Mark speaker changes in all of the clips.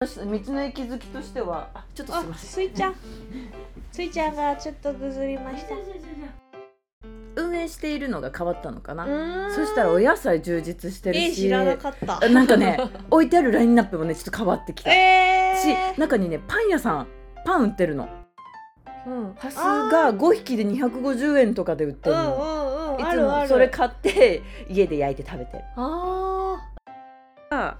Speaker 1: 道の駅好きとしてはあちょっとすいません
Speaker 2: スイちゃんスイちゃんがちょっとぐずりました
Speaker 1: 運営しているのが変わったのかな、そ
Speaker 2: そ
Speaker 1: したらお野菜充実して
Speaker 2: え
Speaker 1: るし、
Speaker 2: ー知らなかった
Speaker 1: なんかね置いてあるラインナップもねちょっと変わってきた、
Speaker 2: えー
Speaker 1: し中にねパン屋さんパン売ってるの
Speaker 2: うん
Speaker 1: ハスが5匹で250円とかで売って
Speaker 2: うん
Speaker 1: る
Speaker 2: う
Speaker 1: の、
Speaker 2: んうん
Speaker 1: い
Speaker 2: あ
Speaker 1: つ
Speaker 2: るあ
Speaker 1: も
Speaker 2: る
Speaker 1: それ買って家で焼いて食べてる
Speaker 2: あ
Speaker 1: ああ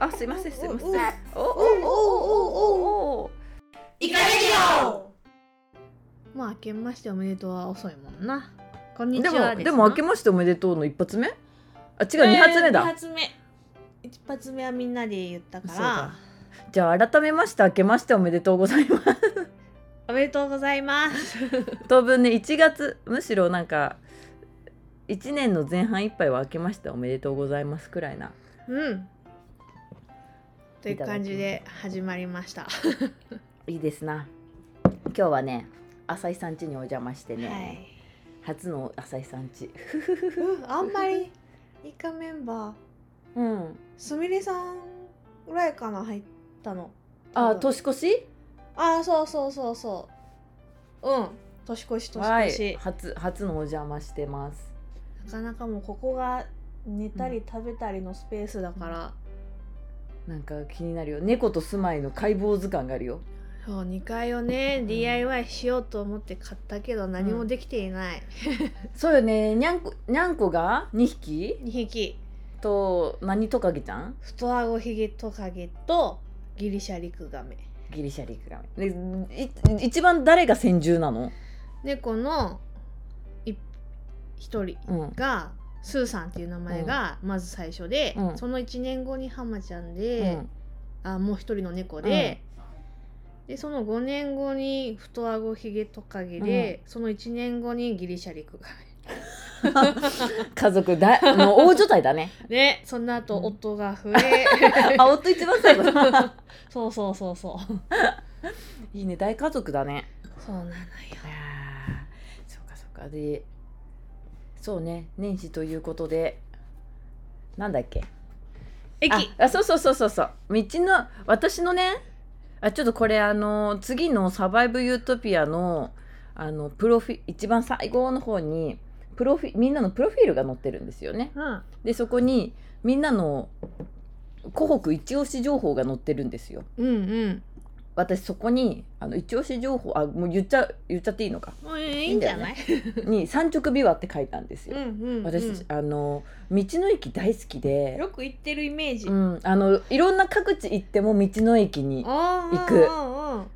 Speaker 1: あすいませんすいません
Speaker 2: うん
Speaker 1: おおおおおお
Speaker 2: いかれよまあ明けましておめでとうは遅いもんなこんにち
Speaker 1: で
Speaker 2: は
Speaker 1: も
Speaker 2: す
Speaker 1: でも明け
Speaker 2: ま
Speaker 1: ましておめでとうの一発目あ違う二発目だ、
Speaker 2: 二発目一発目はみんなで言ったか
Speaker 1: そうだ
Speaker 2: ら
Speaker 1: じゃあ改めまして明けましておめでとうございます
Speaker 2: おめでとうございます
Speaker 1: 当分ね1月むしろなんか1年の前半いっぱいは明けましておめでとうございますくらいな
Speaker 2: うんという
Speaker 1: いただきます
Speaker 2: 感じで始まりました
Speaker 1: いいですな今日はね浅井さん家にお邪魔してね、
Speaker 2: はい
Speaker 1: 初の浅井さん家
Speaker 2: うんあんまりイカメンバー
Speaker 1: うん
Speaker 2: すみれさんぐらいかな入ったの
Speaker 1: あ
Speaker 2: 多分
Speaker 1: 年越し
Speaker 2: あーそうそうそうそううん年越し年越し、
Speaker 1: はい初初のお邪魔してます
Speaker 2: なかなかもうここが寝た
Speaker 1: う
Speaker 2: り食べたりのスペースだから、
Speaker 1: なんか気になるよ猫と住まいの解剖図鑑があるよ
Speaker 2: そう2階をね、
Speaker 1: ん
Speaker 2: DIY しようと思って買ったけど何もできていない、
Speaker 1: そうよねにゃんこにゃんこが2匹
Speaker 2: 2匹
Speaker 1: と何トカゲちゃん
Speaker 2: 太アゴヒゲトカゲとギリシャリクガメ
Speaker 1: ギリシャリクガメでい一番誰が先住なの
Speaker 2: 猫の1人
Speaker 1: うん
Speaker 2: が、スーさんっていう名前がまず最初で、
Speaker 1: うん
Speaker 2: その1年後にハマちゃん
Speaker 1: う
Speaker 2: で、
Speaker 1: ん
Speaker 2: あもう一人の猫で、でその5年後に太アゴヒゲトカゲで、その1年後にギリシャリクガ
Speaker 1: 家族だもう大所帯だね
Speaker 2: メでその後
Speaker 1: うん
Speaker 2: 夫が増え、
Speaker 1: あ夫一番最後
Speaker 2: そうそうそうそう
Speaker 1: いいね大家族だね
Speaker 2: そうなのよ
Speaker 1: あーそうかそうかでそうね年始ということでなんだっけ
Speaker 2: 駅
Speaker 1: ああそうそうそうそうそう道の私のねあちょっとこれあの次の「サバイブ・ユートピアの」あのプロフィ一番最後の方にプロフィみんなのプロフィールが載ってるんですよね。
Speaker 2: うん
Speaker 1: でそこにみんなの湖北一押し情報が載ってるんですよ。
Speaker 2: うんうん
Speaker 1: 私そこにあの一押し情報あもう言っちゃ言っちゃっていいのか
Speaker 2: もういいんじゃない
Speaker 1: に三直琵琶って書いたんです
Speaker 2: う
Speaker 1: よ。
Speaker 2: んうん、うん、
Speaker 1: 私たちあの道の駅大好きで、
Speaker 2: よく行ってるイメージ、
Speaker 1: う
Speaker 2: あ
Speaker 1: ん、あのいろんな各地行っても道の駅に
Speaker 2: あ
Speaker 1: 行く
Speaker 2: うんうん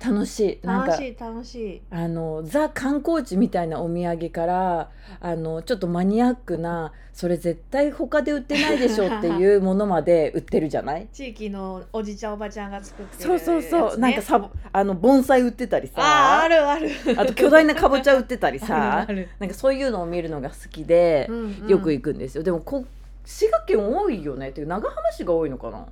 Speaker 1: 楽しいなん
Speaker 2: 楽
Speaker 1: か
Speaker 2: しい楽しい
Speaker 1: あのザ観光地みたいなお土産からあのちょっとマニアックなそれ絶対他で売ってないでしょっていうものまで売ってるじゃ ない
Speaker 2: 地域のおじちゃんおばちゃんが作ってる
Speaker 1: そうそうそう、
Speaker 2: やつね
Speaker 1: なんかさあの盆栽売ってたりさ
Speaker 2: あーあるある
Speaker 1: あと巨大なかぼちゃ売ってたり
Speaker 2: あ
Speaker 1: さ
Speaker 2: るある
Speaker 1: なんかそういうのを見るのが好きで、
Speaker 2: うんうん
Speaker 1: よく行くんですよでもこ滋賀県多いよねっていう長浜市が多いのかな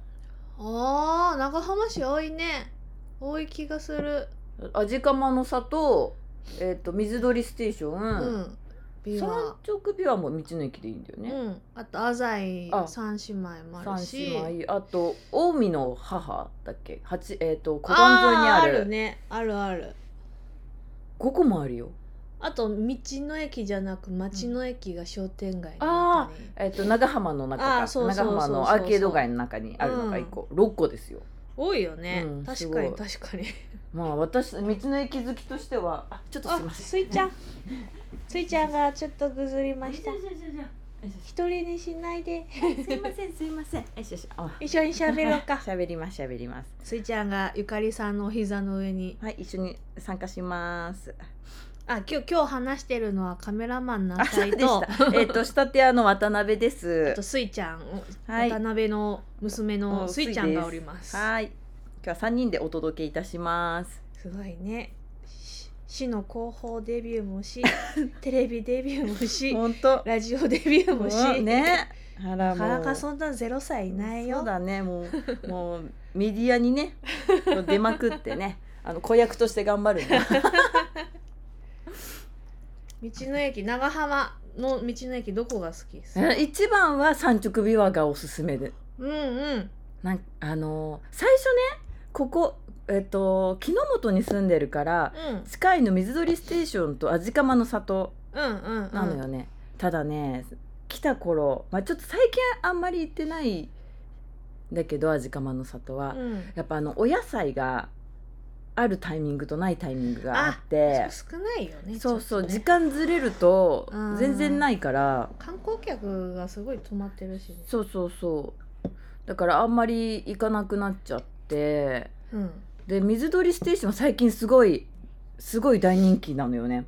Speaker 2: あー長浜市多いね多い気がする
Speaker 1: 味釜の里、えっと水鳥ステーショ
Speaker 2: う
Speaker 1: ン、
Speaker 2: ん琵
Speaker 1: 三
Speaker 2: 琶
Speaker 1: 直琵琶も道の駅でいいんだよね、
Speaker 2: うんあと浅井
Speaker 1: あ
Speaker 2: 三姉妹もある
Speaker 1: 三
Speaker 2: し
Speaker 1: 姉妹あと近江の母だっけ八えっ、と古岩沿いにあ
Speaker 2: ー
Speaker 1: る
Speaker 2: あるねあるある
Speaker 1: 5個もあるよ
Speaker 2: あと道の駅じゃなく町の駅が商店街に
Speaker 1: あ
Speaker 2: なったね
Speaker 1: えっ、と長浜の中
Speaker 2: あ
Speaker 1: か
Speaker 2: ーそうそうそうそう
Speaker 1: 長浜のアーケード街の中にあるのが
Speaker 2: うん
Speaker 1: 1個、六6個ですよ
Speaker 2: 多いよね、
Speaker 1: うん
Speaker 2: 確かに
Speaker 1: すご
Speaker 2: 確かに
Speaker 1: まあ私道の駅好きとしてはあちょっとすい
Speaker 2: あ
Speaker 1: ません
Speaker 2: スイちゃんスイちゃんがちょっとぐずりました
Speaker 1: す
Speaker 2: 一人にしないで
Speaker 1: いませんすいませんよしよしあ
Speaker 2: 一緒に喋ろうか
Speaker 1: 喋ります喋ります
Speaker 2: スイちゃんがゆかりさんのお膝の上に
Speaker 1: はい一緒に参加します
Speaker 2: あ今日今日話してるのはカメラマンな
Speaker 1: あそう
Speaker 2: さい
Speaker 1: で
Speaker 2: と
Speaker 1: した えっと下手屋の渡辺で
Speaker 2: あ
Speaker 1: す
Speaker 2: とスイちゃん、
Speaker 1: はい
Speaker 2: 渡辺の娘の
Speaker 1: お
Speaker 2: スイちゃんがおります。
Speaker 1: はい今日は3人でお届けいたします
Speaker 2: すごいね。し市の広報デビューも し、テレビデビューもし、
Speaker 1: 本当
Speaker 2: ラジオデビューもし、
Speaker 1: ね。あら
Speaker 2: なかなか
Speaker 1: う
Speaker 2: そんなゼロ歳いないよ。
Speaker 1: そうだね、もうもうメディアにね、出まくってね、 あの子役として頑張るん だ。
Speaker 2: 道の駅長浜の 道の駅どこが好きです？
Speaker 1: 一番は三直琵琶がおすすめで、
Speaker 2: うんうん。
Speaker 1: なんあの最初ねここえっと木之本に住んでるから
Speaker 2: うん
Speaker 1: 近いの水鳥ステーションと味釜の里
Speaker 2: うんうんうん
Speaker 1: なのよね、ただね来た頃、まあ、ちょっと最近あんまり行ってないんだけど味釜の里は、
Speaker 2: うん
Speaker 1: やっぱあのお野菜があるタイミングとないタイミングがあって
Speaker 2: そう少ないよね
Speaker 1: そうそう、
Speaker 2: ちょっと
Speaker 1: 時
Speaker 2: ね
Speaker 1: 間ずれると
Speaker 2: うん
Speaker 1: 全然ないから
Speaker 2: 観光客がすごい止まってるしね
Speaker 1: そうそうそうだからあんまり行かなくなっちゃって
Speaker 2: うん
Speaker 1: で水鳥ステーションは最近すごいすごい大人気なのよね。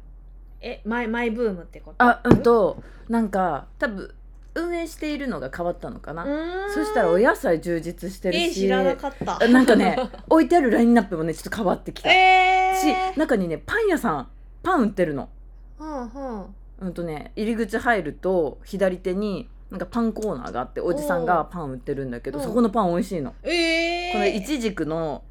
Speaker 2: えマイマイブームってこと
Speaker 1: あうんとなんか多分運営しているのが変わったのか
Speaker 2: う
Speaker 1: な、
Speaker 2: ーん
Speaker 1: そしたらお野菜充実してる
Speaker 2: え
Speaker 1: し、
Speaker 2: 知らなかった
Speaker 1: なんかね置いてあるラインナップもねちょっと変わってきた、
Speaker 2: えー、
Speaker 1: し中にねパン屋さんパン売ってるの
Speaker 2: はんはん
Speaker 1: うんとね入り口入ると左手になんかパンコーナーがあっておじさんがパン売ってるんだけど
Speaker 2: うん
Speaker 1: そこのパン美味しいの、
Speaker 2: えー、
Speaker 1: このいちじくの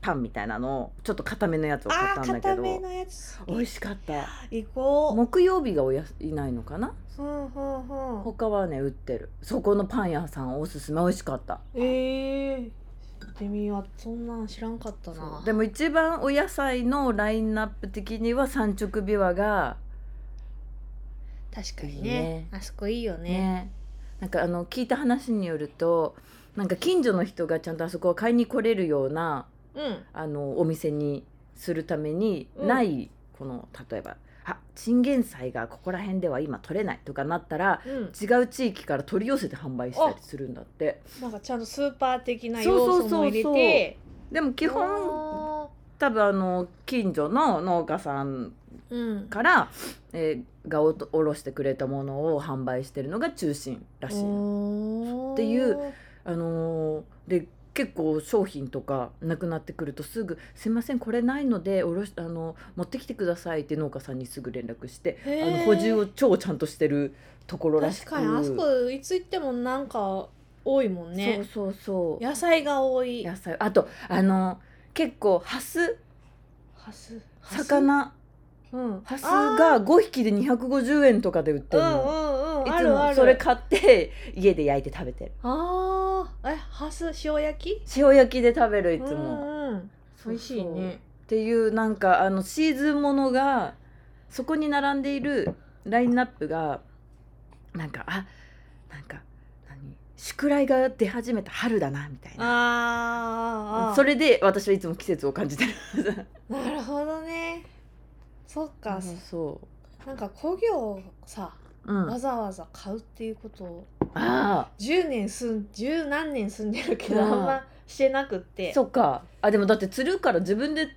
Speaker 1: パンみたいなのをちょっと固めのやつを買っ
Speaker 2: あ
Speaker 1: た
Speaker 2: ー
Speaker 1: んだけ
Speaker 2: 固
Speaker 1: ど
Speaker 2: めのやつ
Speaker 1: 美味しかった
Speaker 2: 行こう
Speaker 1: 木曜日がおやすいないのかな
Speaker 2: ふんふんふん
Speaker 1: 他はね売ってるそこのパン屋さんおすすめ美味しかった
Speaker 2: えー、行ってみようそんなん知らんかったな
Speaker 1: でも一番お野菜のラインナップ的には産直ビワが
Speaker 2: 確かにね
Speaker 1: いいね
Speaker 2: あそこいいよ
Speaker 1: ね
Speaker 2: ね
Speaker 1: なんかあの聞いた話によるとなんか近所の人がちゃんとあそこを買いに来れるような
Speaker 2: うん
Speaker 1: あのお店にするために
Speaker 2: うん
Speaker 1: ない、この例えばあチンゲン菜がここら辺では今取れないとかなったら
Speaker 2: うん、
Speaker 1: 違う地域から取り寄せて販売したりするんだって
Speaker 2: なんかちゃんとスーパー的な
Speaker 1: そう
Speaker 2: 要
Speaker 1: そ
Speaker 2: 素
Speaker 1: うそうそう
Speaker 2: も入れて
Speaker 1: でも基本
Speaker 2: 本
Speaker 1: 多分あの近所の農家さん
Speaker 2: うん
Speaker 1: から、えーがおとおろしてくれたものを販売してるのが中心らしいの。
Speaker 2: おー
Speaker 1: っていうあのーで結構商品とかなくなってくるとすぐ「すいませんこれないのでおろしあの持ってきてください」って農家さんにすぐ連絡してあ
Speaker 2: へー
Speaker 1: の補充を超ちゃんとしてるところらしく
Speaker 2: 確かにあそこいつ行ってもなんか多いもんね
Speaker 1: そうそうそう
Speaker 2: 野菜が多い
Speaker 1: 野菜あとあの結構ハス
Speaker 2: ハスハス
Speaker 1: 魚
Speaker 2: うん
Speaker 1: ハス
Speaker 2: あ
Speaker 1: が5匹で250円とかで売って
Speaker 2: ー
Speaker 1: るの。
Speaker 2: うんうんうん
Speaker 1: い
Speaker 2: あ
Speaker 1: つ
Speaker 2: るあ
Speaker 1: も
Speaker 2: る
Speaker 1: それ買って家で焼いて食べてる
Speaker 2: あーえハス塩焼き
Speaker 1: 塩焼きで食べるいつも
Speaker 2: うんうん美味しいね
Speaker 1: っていうなんかあのシーズンものがそこに並んでいるラインナップがなんかあなんか何宿題が出始めた春だなみたいな
Speaker 2: あーあーあー
Speaker 1: それで私はいつも季節を感じてる
Speaker 2: なるほどねそっか、
Speaker 1: そう そ
Speaker 2: なんか工業をさ
Speaker 1: う、うん、
Speaker 2: わ
Speaker 1: あ
Speaker 2: ざわざ買うっていうことを
Speaker 1: あ
Speaker 2: 10年住ん十何年住んでるけど
Speaker 1: う
Speaker 2: あ
Speaker 1: ん
Speaker 2: んましてなくって
Speaker 1: そっかあでもだって釣るから自分で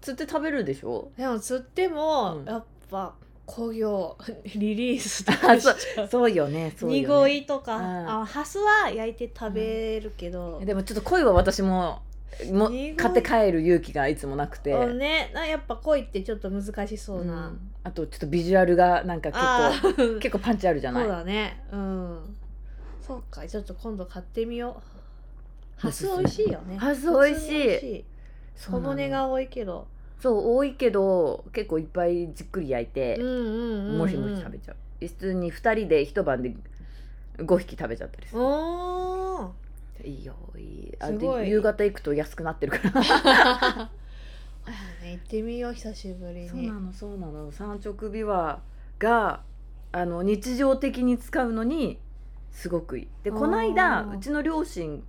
Speaker 1: 釣って食べるでしょ
Speaker 2: でも釣っても、
Speaker 1: うん
Speaker 2: やっぱ工業リリースとかしちゃう
Speaker 1: そうよねそうよね
Speaker 2: 濁いとか、
Speaker 1: うん
Speaker 2: あハスは焼いて食べるけど、
Speaker 1: でもちょっと恋は私もも
Speaker 2: 濁い
Speaker 1: 買って帰る勇気がいつもなくて、
Speaker 2: うんねなやっぱ恋ってちょっと難しそうな、
Speaker 1: うんあとちょっとビジュアルがなんか結
Speaker 2: あ
Speaker 1: 構
Speaker 2: ー
Speaker 1: 結構パンチあるじゃない
Speaker 2: そうだねうんそうかちょっと今度買ってみようハス美味しいよね
Speaker 1: ハス美味しい
Speaker 2: 普通に美味い
Speaker 1: そう
Speaker 2: 小
Speaker 1: なの
Speaker 2: 骨が多いけど
Speaker 1: そう多いけど結構いっぱいじっくり焼いて
Speaker 2: うん、うんうんうん
Speaker 1: もしもし食べちゃう普通に2人で一晩で5匹食べちゃったりする、
Speaker 2: お ー
Speaker 1: いいよいいあ
Speaker 2: すごい
Speaker 1: で夕方行くと安くなってるから
Speaker 2: あね行ってみよう久しぶり
Speaker 1: そう
Speaker 2: に
Speaker 1: なのそうなの産直ビワがあの日常的に使うのにすごくいいで
Speaker 2: あー
Speaker 1: こないだうちの両親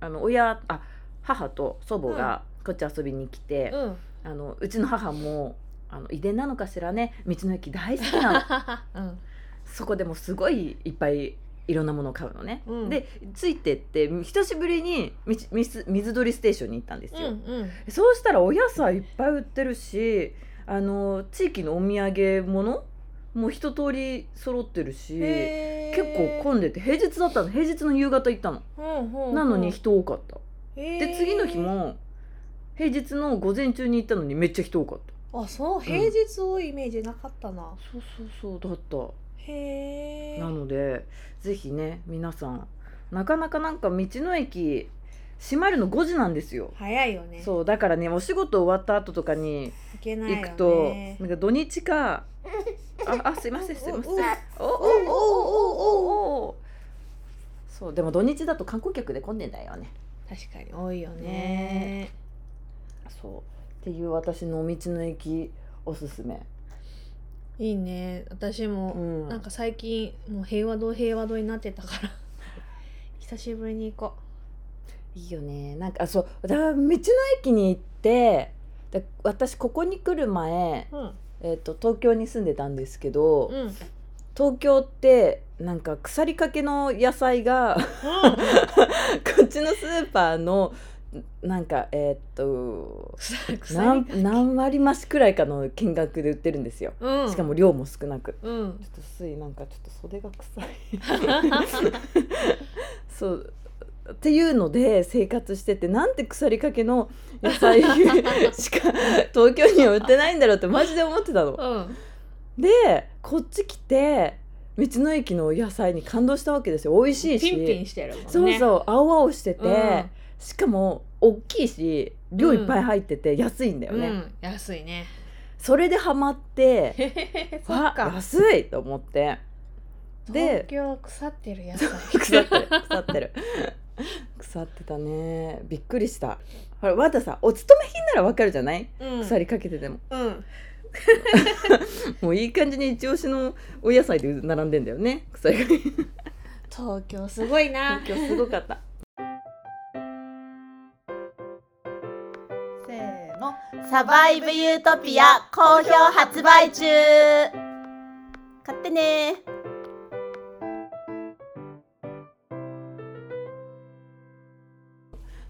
Speaker 1: あの親あ母と祖母がこっち遊びに来て、
Speaker 2: うん
Speaker 1: あのうちの母もあの遺伝なのかしらね道の駅大好き なの
Speaker 2: うん
Speaker 1: そこでもすごいいっぱいいろんなものを買うのね、
Speaker 2: うん
Speaker 1: でついてって久しぶりにみちみす水鳥ステーションに行ったんです
Speaker 2: う
Speaker 1: よ、
Speaker 2: ん
Speaker 1: そうしたらお野菜いっぱい売ってるしあの地域のお土産物も一通り揃ってるし結
Speaker 2: へー
Speaker 1: 構混んでて平日だったの平日の夕方行ったの、
Speaker 2: うんうんうん
Speaker 1: なのに人多かった
Speaker 2: で
Speaker 1: で次の日も平日の午前中に行ったのにめっちゃ人多かった
Speaker 2: あそう平日多いイメージなかったな、
Speaker 1: そうそうそうだった
Speaker 2: へえ
Speaker 1: なのでぜひね皆さんなかなかなんか道の駅閉まるの5時なんですよ、
Speaker 2: 早いよね
Speaker 1: そうだからねお仕事終わった後とかに
Speaker 2: いけないよ
Speaker 1: 行
Speaker 2: ね
Speaker 1: くと、なんか土日かああすいませんすいません
Speaker 2: うん
Speaker 1: おおおおおおおそうでも土日だと観光客で混んでんだよね
Speaker 2: 確かに多いよね
Speaker 1: ねそうっていう私のお道の駅おすすめ、
Speaker 2: いいね私
Speaker 1: う
Speaker 2: も、
Speaker 1: ん、
Speaker 2: なんか最近もう平和堂平和堂になってたから 久しぶりに行こ
Speaker 1: いいよねなんかあそうだから道の駅に行ってだ私ここに来る前、
Speaker 2: ううん
Speaker 1: えっと東京に住んでたんですけど、
Speaker 2: うん、うん、
Speaker 1: 東京ってなんか腐りかけの野菜が こっちのスーパーのなんかえっと
Speaker 2: 腐腐り
Speaker 1: 何
Speaker 2: か
Speaker 1: 何割増しくらいかの金額で売ってるんですよ、
Speaker 2: うん
Speaker 1: しかも量も少なく
Speaker 2: うん
Speaker 1: ちょっとすいなんかちょっと袖が臭いそうっていうので生活しててなんて腐りかけの野 菜しか東京には売ってないんだろうってマジで思ってたの。
Speaker 2: うん
Speaker 1: でこっち来て道の駅の野菜に感動したわけですよ美味しいし
Speaker 2: ピンピンしてるもんね
Speaker 1: そう
Speaker 2: う
Speaker 1: そう青々してて、
Speaker 2: ん
Speaker 1: しかも大きいし量いっぱい入ってて安いんだよ
Speaker 2: う
Speaker 1: ね、
Speaker 2: ん、安いね
Speaker 1: それでハマって
Speaker 2: そっ
Speaker 1: わ
Speaker 2: か
Speaker 1: 安いと思って
Speaker 2: 東
Speaker 1: で
Speaker 2: 京腐ってる野菜
Speaker 1: 腐ってる腐ってる腐ってたねびっくりしたほらまださお勤め品ならわかるじゃない
Speaker 2: うん
Speaker 1: 腐りかけてても、
Speaker 2: うん
Speaker 1: もういい感じに一押しのお野菜で並んでんだよね腐りかけ
Speaker 2: 東京すごいな
Speaker 1: 東京すごかった
Speaker 3: せーの、サバイブユートピア好評発売中買ってね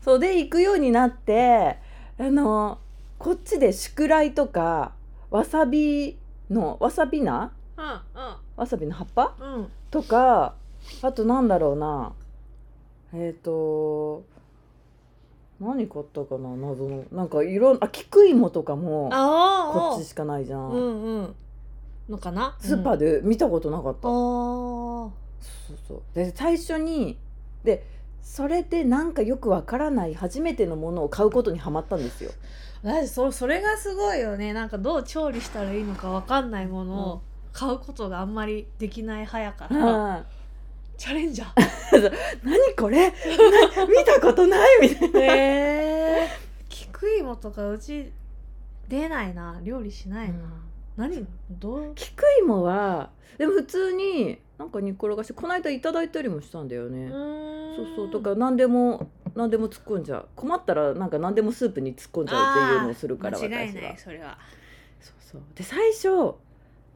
Speaker 1: そうで行くようになってあのこっちで宿来とかわさびのわさび菜
Speaker 2: う
Speaker 1: わさびの葉っぱ
Speaker 2: んうんうん
Speaker 1: とかあとなんだろうなえっ、と何買ったかな謎のなんかいろんあ菊芋とかも
Speaker 2: ああ
Speaker 1: こっちしかないじゃん、
Speaker 2: うんうんのかな
Speaker 1: スーパー
Speaker 2: で、
Speaker 1: で見たことなかった、
Speaker 2: う
Speaker 1: そ
Speaker 2: ん
Speaker 1: う
Speaker 2: おー
Speaker 1: そうそうで最初にでそれでなんかよくわからない初めてのものを買うことにはまったんですよ
Speaker 2: 私そそれがすごいよねなんかどう調理したらいいのかわかんないもの
Speaker 1: う
Speaker 2: を買うことがあんまりできない派やから、
Speaker 1: うん
Speaker 2: チャレンジャー
Speaker 1: 何これな 見たことないみ たいな、
Speaker 2: え菊芋とかうち出ないな料理しないな、何どう
Speaker 1: 菊芋はでも普通になんか煮っ転がしてこの間いただいたりもしたんだよね、そうそうとか何でも何でも突っ込んじゃう困ったらなんか何でもスープに突っ込んじゃうっていうのをするから
Speaker 2: あー間違い
Speaker 1: 私
Speaker 2: な
Speaker 1: はい
Speaker 2: それは
Speaker 1: そうそうで最初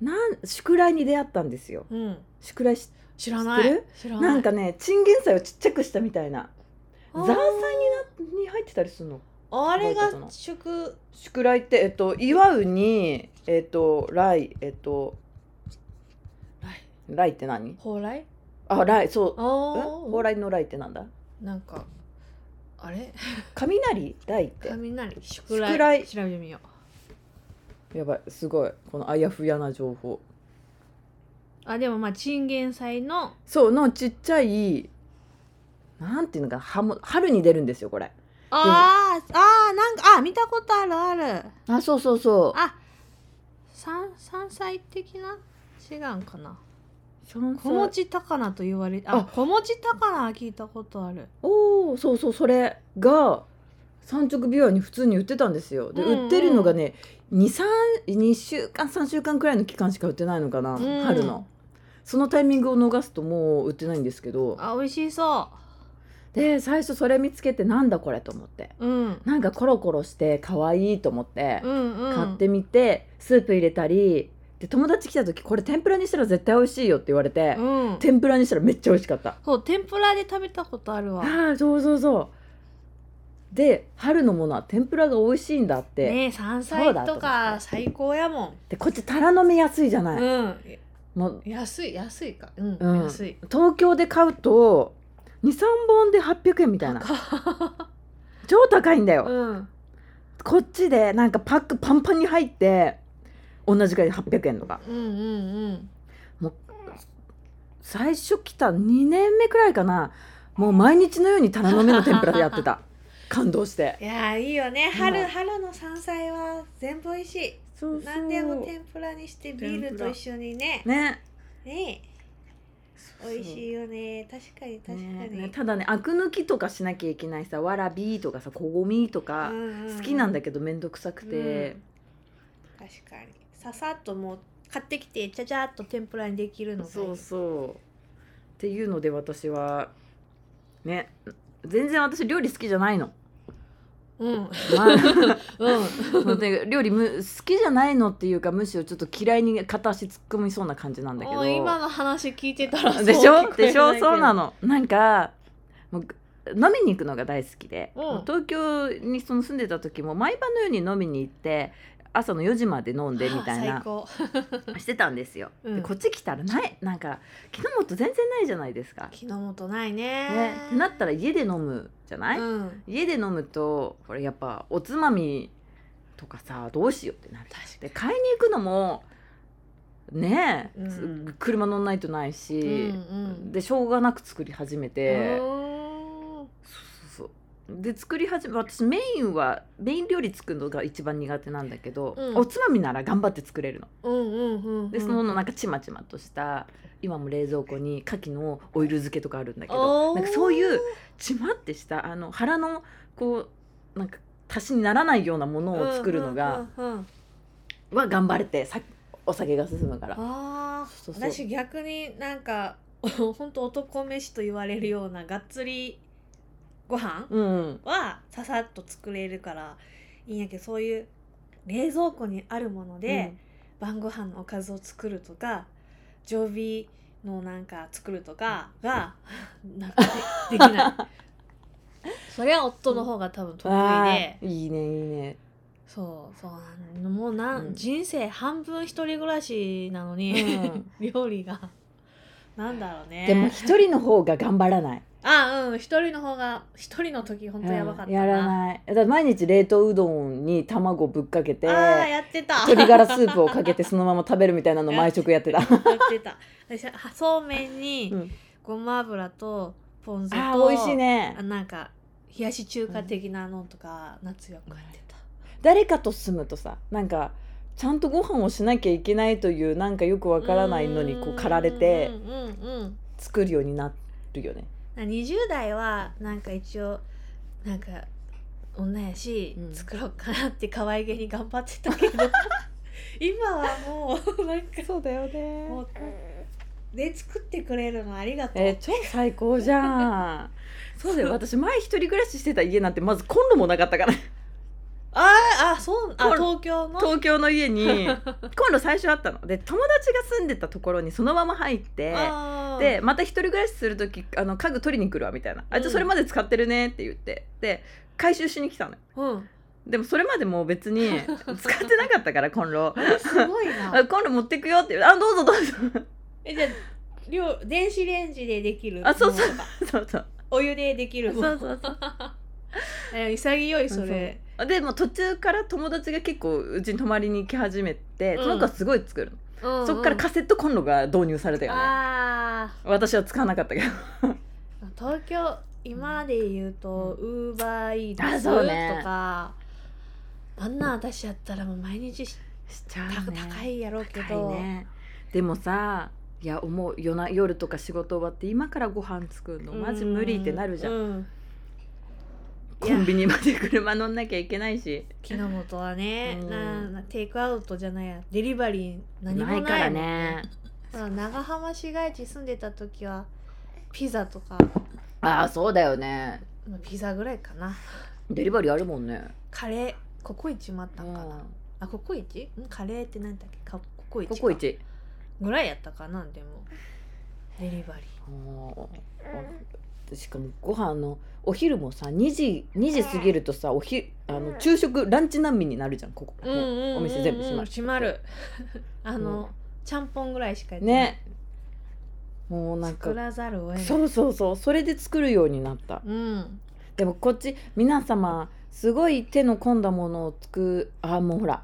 Speaker 1: なん宿題に出会ったんですよ
Speaker 2: うん
Speaker 1: 宿題し
Speaker 2: 知らない
Speaker 1: 知って
Speaker 2: 知らな
Speaker 1: な
Speaker 2: い
Speaker 1: んかねチンゲン菜をちっちゃくしたみたいな
Speaker 2: あー
Speaker 1: ザーサイになに入ってたりするの
Speaker 2: あれ
Speaker 1: 覚えてた
Speaker 2: が
Speaker 1: の
Speaker 2: 祝
Speaker 1: 宿題ってえっと祝うにえっと来えっと
Speaker 2: 来
Speaker 1: 来って何
Speaker 2: 蓬莱
Speaker 1: あ、来、そう。
Speaker 2: あ
Speaker 1: うん
Speaker 2: ー
Speaker 1: 蓬莱の来ってなんだ。
Speaker 2: なんかあれ
Speaker 1: 雷、来って。
Speaker 2: 雷宿
Speaker 1: 宿題
Speaker 2: 題調べてみよう
Speaker 1: やばい、すごい、このあやふやな情報。
Speaker 2: あでもまあチンゲン菜の
Speaker 1: そう、のちっちゃい。なんていうのか、はも、春に出るんですよ、これ。
Speaker 2: あーあーなんかあ見たことあるある
Speaker 1: あ、そうそうそ
Speaker 2: あ山山菜的な違うんかな
Speaker 1: う。山
Speaker 2: 小
Speaker 1: 菜。
Speaker 2: 餅高菜と言われあ
Speaker 1: あ
Speaker 2: 小餅高菜は聞いたことある
Speaker 1: おお、そうそう、それが。産直美容に普通に売ってたんですよ。で、
Speaker 2: うんうん
Speaker 1: 売ってるのがね。二三、二週間、三週間くらいの期間しか売ってないのかな、
Speaker 2: うん
Speaker 1: 春の。そのタイミングを逃すと、もう売ってないんですけど。
Speaker 2: あ美味しそ
Speaker 1: で、最初それ見つけて、なんだこれと思って。
Speaker 2: う、うん、
Speaker 1: なんかコロコロして可愛いと思って
Speaker 2: うんうん
Speaker 1: 買ってみて、スープ入れたりで友達来た時これ天ぷらにしたら絶対美味しいよって言われて、
Speaker 2: うん
Speaker 1: 天ぷらにしたらめっちゃ美味しかった
Speaker 2: そう天ぷらで食べたことあるわ
Speaker 1: ああそうそうそうで春のものは天ぷらが美味しいんだって、
Speaker 2: ねえ山
Speaker 1: そ
Speaker 2: 菜
Speaker 1: うだと
Speaker 2: と
Speaker 1: 思
Speaker 2: か最高やもん、
Speaker 1: でこっちタラの芽安いじゃない、
Speaker 2: うん
Speaker 1: もう
Speaker 2: 安い安いかうん、
Speaker 1: うん
Speaker 2: 安い
Speaker 1: 東京で買うと23本で800円みたいな超高いんだよ、
Speaker 2: うん
Speaker 1: こっちでなんかパックパンパンに入って同じくらいで800円とか
Speaker 2: うんうん
Speaker 1: 最初来た2年目くらいかなもう毎日のようにタラの芽の天ぷらでやって た感動して
Speaker 2: いやーいいよね春、
Speaker 1: うん
Speaker 2: 春の山菜は全部美味しい何でも天ぷらにしてビールと一緒にね
Speaker 1: ね
Speaker 2: ね美味しいよね確かに確か
Speaker 1: ね
Speaker 2: に、
Speaker 1: ねただねアク抜きとかしなきゃいけないさわらびとかさこごみとか好きなんだ
Speaker 2: け
Speaker 1: けど面倒くさくて、
Speaker 2: 確かにささっともう買ってきてちゃちゃっと天ぷらにできるのがいい
Speaker 1: そうそうっていうので私はね全然私料理好きじゃないの。
Speaker 2: うんうん
Speaker 1: ま あそうね料理む好きじゃないのっていうかむしろちょっと嫌いに片足突っ込みそうな感じなんだけど
Speaker 2: お今の話聞いてたらそう
Speaker 1: でし
Speaker 2: 聞
Speaker 1: ょ
Speaker 2: こえ
Speaker 1: でしょ
Speaker 2: いけど
Speaker 1: そうなのなんかもう飲みに行くのが大好きで、
Speaker 2: うん
Speaker 1: 東京にその住んでた時も毎晩のように飲みに行って朝の4時まで飲んでみたい
Speaker 2: はあ最
Speaker 1: な
Speaker 2: 高
Speaker 1: してたんですよ、
Speaker 2: うん
Speaker 1: でこっち来たらないなんか木の元全然ないじゃないですか、
Speaker 2: 気のもとないね
Speaker 1: ね、ってなったら家で飲むじゃない、
Speaker 2: うん
Speaker 1: 家で飲むとこれやっぱおつまみとかさどうしようってなる
Speaker 2: 確か
Speaker 1: で買いに行くのもねえ、
Speaker 2: うん
Speaker 1: 車乗んないとないし、
Speaker 2: にうんうん
Speaker 1: でしょうがなく作り始めて
Speaker 2: うーん
Speaker 1: そうそうそうで作り始め私メインはメイン料理作るのが一番苦手なんだけど、
Speaker 2: うん
Speaker 1: おつまみなら頑張って作れるの。
Speaker 2: うんうんうんうん
Speaker 1: でそのなんかちまちまとした今も冷蔵庫に牡蠣のオイル漬けとかあるんだけ
Speaker 2: お
Speaker 1: ど
Speaker 2: ー
Speaker 1: なんかそういうちまってしたあの腹のこうなんか足しにならないようなものを作るのが、
Speaker 2: うんうんうんうん
Speaker 1: は頑張れてさお酒が進むから。
Speaker 2: あー
Speaker 1: そうそう
Speaker 2: 私逆になんか 本当男飯と言われるようながっつりご飯
Speaker 1: うん
Speaker 2: はささっと作れるからいいんやけどそういう冷蔵庫にあるもので、晩ご飯のおかずを作るとか常備のなんか作るとかが、なんかでできない それは夫の方が多分
Speaker 1: う
Speaker 2: 得
Speaker 1: ん、
Speaker 2: 意
Speaker 1: わ
Speaker 2: で
Speaker 1: ーいいねいいね
Speaker 2: そうそうなんもうなん、
Speaker 1: うん
Speaker 2: 人生半分一人暮らしなのに、 料理がなんだろうね
Speaker 1: でも一人の方が頑張らない。
Speaker 2: あうん一人の方が一人の時本当やばかった
Speaker 1: うんやら
Speaker 2: い
Speaker 1: ない。だから毎日冷凍うどんに卵ぶっかけて、
Speaker 2: あ ーやってた
Speaker 1: 鶏ガラスープをかけてそのまま食べるみたいな の毎食やってた。
Speaker 2: やってた私はそうめんに
Speaker 1: うん
Speaker 2: ごま油とポン酢と
Speaker 1: あー美味しいね
Speaker 2: あ。なんか冷やし中華的なのとか、夏よくやってた
Speaker 1: 誰かと住むとさ、なんかちゃんとご飯をしなきゃいけないというなんかよくわからないのにこう駆られて
Speaker 2: うんうんうんうん
Speaker 1: 作るようになるよね。
Speaker 2: 20代はなんか一応なんか女やし、
Speaker 1: うん
Speaker 2: 作ろうかなって可愛げに頑張ってたけ ど今はもうなんか
Speaker 1: そうだよね
Speaker 2: もうで作ってくれるのありがとう、
Speaker 1: えー超最高じゃん。 そうだよ。私前一人暮らししてた家なんてまずコンロもなかったから。
Speaker 2: あーあそうあ
Speaker 1: ほら
Speaker 2: 東京 の
Speaker 1: 東京の家 にコンロ最初あったので友達が住んでたところにそのまま入って
Speaker 2: あー
Speaker 1: でまた一人暮らしする時あの家具取りに来るわみたいな「あじゃあそれまで使ってるね」って言ってで回収しに来たのよ
Speaker 2: うん
Speaker 1: でもそれまでもう別 に使ってなかったからコンロ
Speaker 2: すごいな
Speaker 1: あコンロ持ってくよって言うあどうぞどうぞ
Speaker 2: えじゃあ料電子レンジでできる
Speaker 1: あそうそう
Speaker 2: ものとか
Speaker 1: そうそう
Speaker 2: お湯でできるも
Speaker 1: そ
Speaker 2: の
Speaker 1: うそうそう
Speaker 2: え潔いそれ
Speaker 1: あでも途中から友達が結構うちに泊まりに来始めて、
Speaker 2: うん
Speaker 1: その子はすごい作るの、
Speaker 2: うんうん
Speaker 1: そっからカセットコンロが導入されたよね
Speaker 2: あ
Speaker 1: 私は使わなかったけど
Speaker 2: ー東京今で言うとウーバーイー
Speaker 1: あ
Speaker 2: ツ
Speaker 1: そうね
Speaker 2: とかあんな私やったらもう毎日し、
Speaker 1: しちゃ
Speaker 2: た高いやろうけ
Speaker 1: 高い
Speaker 2: ど、
Speaker 1: ねでもさいや思う夜な夜とか仕事終わって今からご飯作るのマジ無理ってなるじゃん、
Speaker 2: うい
Speaker 1: コ
Speaker 2: や
Speaker 1: ンビニまで車乗んなきゃいけないし
Speaker 2: 木の元はね、
Speaker 1: うん
Speaker 2: ななテイクアウトじゃないやデリバリー何もない
Speaker 1: ないからね
Speaker 2: まあ長浜市街地住んでた時はピザとか
Speaker 1: ああそうだよね
Speaker 2: まあピザぐらいかな
Speaker 1: デリバリーあるもんね
Speaker 2: カレーココイチもあったんかな、
Speaker 1: うん
Speaker 2: あココイチんカレーってなんだっけかココイチ
Speaker 1: コ
Speaker 2: か
Speaker 1: コイチ
Speaker 2: ぐらいやったかなでもデリバリ
Speaker 1: あーしかもご飯のお昼もさ2時2時過ぎるとさおひあの昼食ランチ難民になるじゃんここ、
Speaker 2: ー、
Speaker 1: お店全部閉まる
Speaker 2: 閉まるあの、ちゃんぽんぐらいしかやってない
Speaker 1: ねもうなんか
Speaker 2: 作らざるを得ない
Speaker 1: そうそうそうそれで作るようになった
Speaker 2: うん
Speaker 1: でもこっち皆様すごい手の込んだものを作あもうほら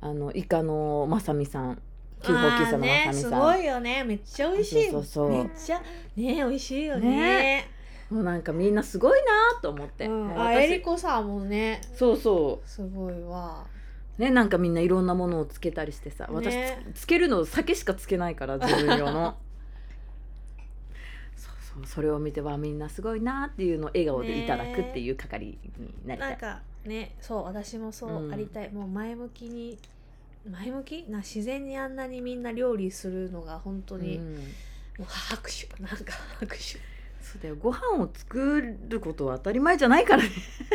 Speaker 1: あのイカのまさみさん九宝喫茶
Speaker 2: あー
Speaker 1: のま
Speaker 2: ね
Speaker 1: さみ
Speaker 2: す
Speaker 1: さん、
Speaker 2: ごいよねめっちゃ美味しい
Speaker 1: そうそうそう
Speaker 2: めっちゃね美味しいよね
Speaker 1: もうなんかみんなすごいなと思って、
Speaker 2: うん
Speaker 1: もう
Speaker 2: あ
Speaker 1: 私
Speaker 2: えりこさんもね
Speaker 1: そうそ
Speaker 2: すごいわ
Speaker 1: うねなんかみんないろんなものをつけたりしてさ私つ,、
Speaker 2: ね
Speaker 1: けるの酒しかつけないから自分用の そうそれを見てわあみんなすごいなっていうのを笑顔でいただくっていう係になりた
Speaker 2: なん
Speaker 1: い、
Speaker 2: かねそう私もそう
Speaker 1: うん
Speaker 2: ありたい、もう前向きに前向きな自然にあんなにみんな料理するのが本当
Speaker 1: う
Speaker 2: に、も
Speaker 1: ん、
Speaker 2: う拍手なんか拍手、
Speaker 1: そうだよご飯を作ることは当たり前じゃないからね、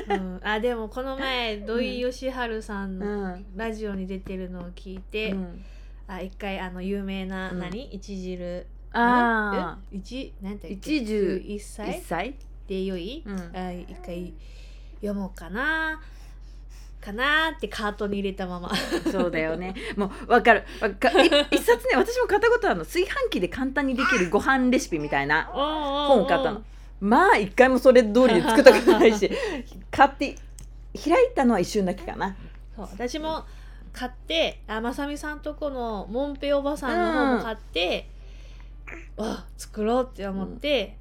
Speaker 2: うん、あでもこの前土井善晴さんの
Speaker 1: ん
Speaker 2: ラジオに出てるのを聞いて、
Speaker 1: うん、
Speaker 2: あ一回あの有名な
Speaker 1: うん
Speaker 2: 何、一汁
Speaker 1: ああ
Speaker 2: え一なんて
Speaker 1: 一汁
Speaker 2: 一
Speaker 1: 1
Speaker 2: 歳
Speaker 1: 歳、
Speaker 2: でよい、
Speaker 1: うん
Speaker 2: あ一回読もうかなかなーってカートに入れたまま
Speaker 1: そうだよね。 もうわかる。わかい一冊ね、私も買ったことあるの。炊飯器で簡単にできるご飯レシピみたいな本
Speaker 2: 本
Speaker 1: を買ったの。まあ一回もそれ通りで作ったことないし、買って開いたのは一瞬だけかな。
Speaker 2: そう私も買ってあまさみさんとこのもんぺおばさんの方も買って、わ作ろうって思って、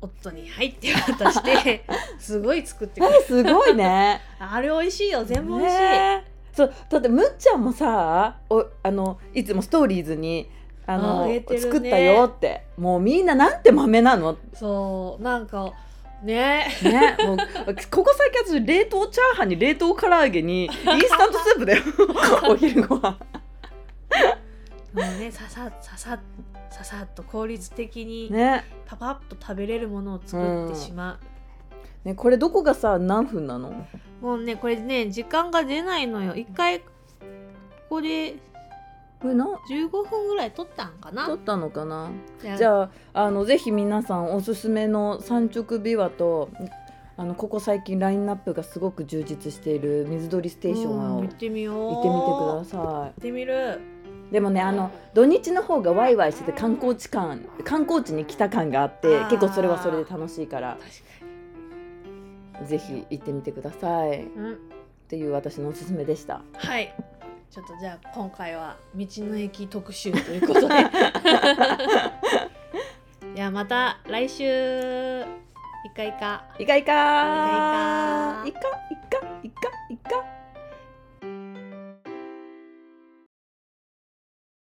Speaker 2: 夫に「はい」って渡して すごい作ってくれ
Speaker 1: えすごいね。
Speaker 2: たあれ美味しいよ 全部美味しい、
Speaker 1: ねそうだってむっちゃんもさ、おあのいつもストーリーズに。あの
Speaker 2: あ上げてるね
Speaker 1: 作ったよってもうみんななんて豆なの
Speaker 2: そうなんかね
Speaker 1: ねもうここ最近私冷凍チャーハンに冷凍唐揚げにインスタントスープ だよお昼ご飯
Speaker 2: もうねささささささっと効率的に
Speaker 1: ね
Speaker 2: パパッと食べれるものを作ってしまう、
Speaker 1: ねこれどこがさ何分なの
Speaker 2: もうねこれね時間が出ないのよ一回ここで
Speaker 1: これな
Speaker 2: 15分ぐらい取ったんかな
Speaker 1: 撮ったのかな
Speaker 2: じゃ
Speaker 1: じゃああのぜひ皆さんおすすめの三直琵琶とあのここ最近ラインナップがすごく充実している水鳥ステーションを
Speaker 2: うん
Speaker 1: 行
Speaker 2: 行
Speaker 1: っ
Speaker 2: ってみよう
Speaker 1: てみてくだ
Speaker 2: さい
Speaker 1: さ
Speaker 2: 行ってみる
Speaker 1: いでもねあの土日の方がワイワイしてて観光地感観光地に来た感があって
Speaker 2: あー
Speaker 1: 結構それはそれで楽しいから
Speaker 2: 確か
Speaker 1: ぜひ行ってみてくださいっ
Speaker 2: にうん
Speaker 1: ていう私のおすすめでした
Speaker 2: はいちょっとじゃあ今回は道の駅特集という ことでじゃあまた来週いかいか
Speaker 1: いかいか
Speaker 2: いかいか
Speaker 1: いか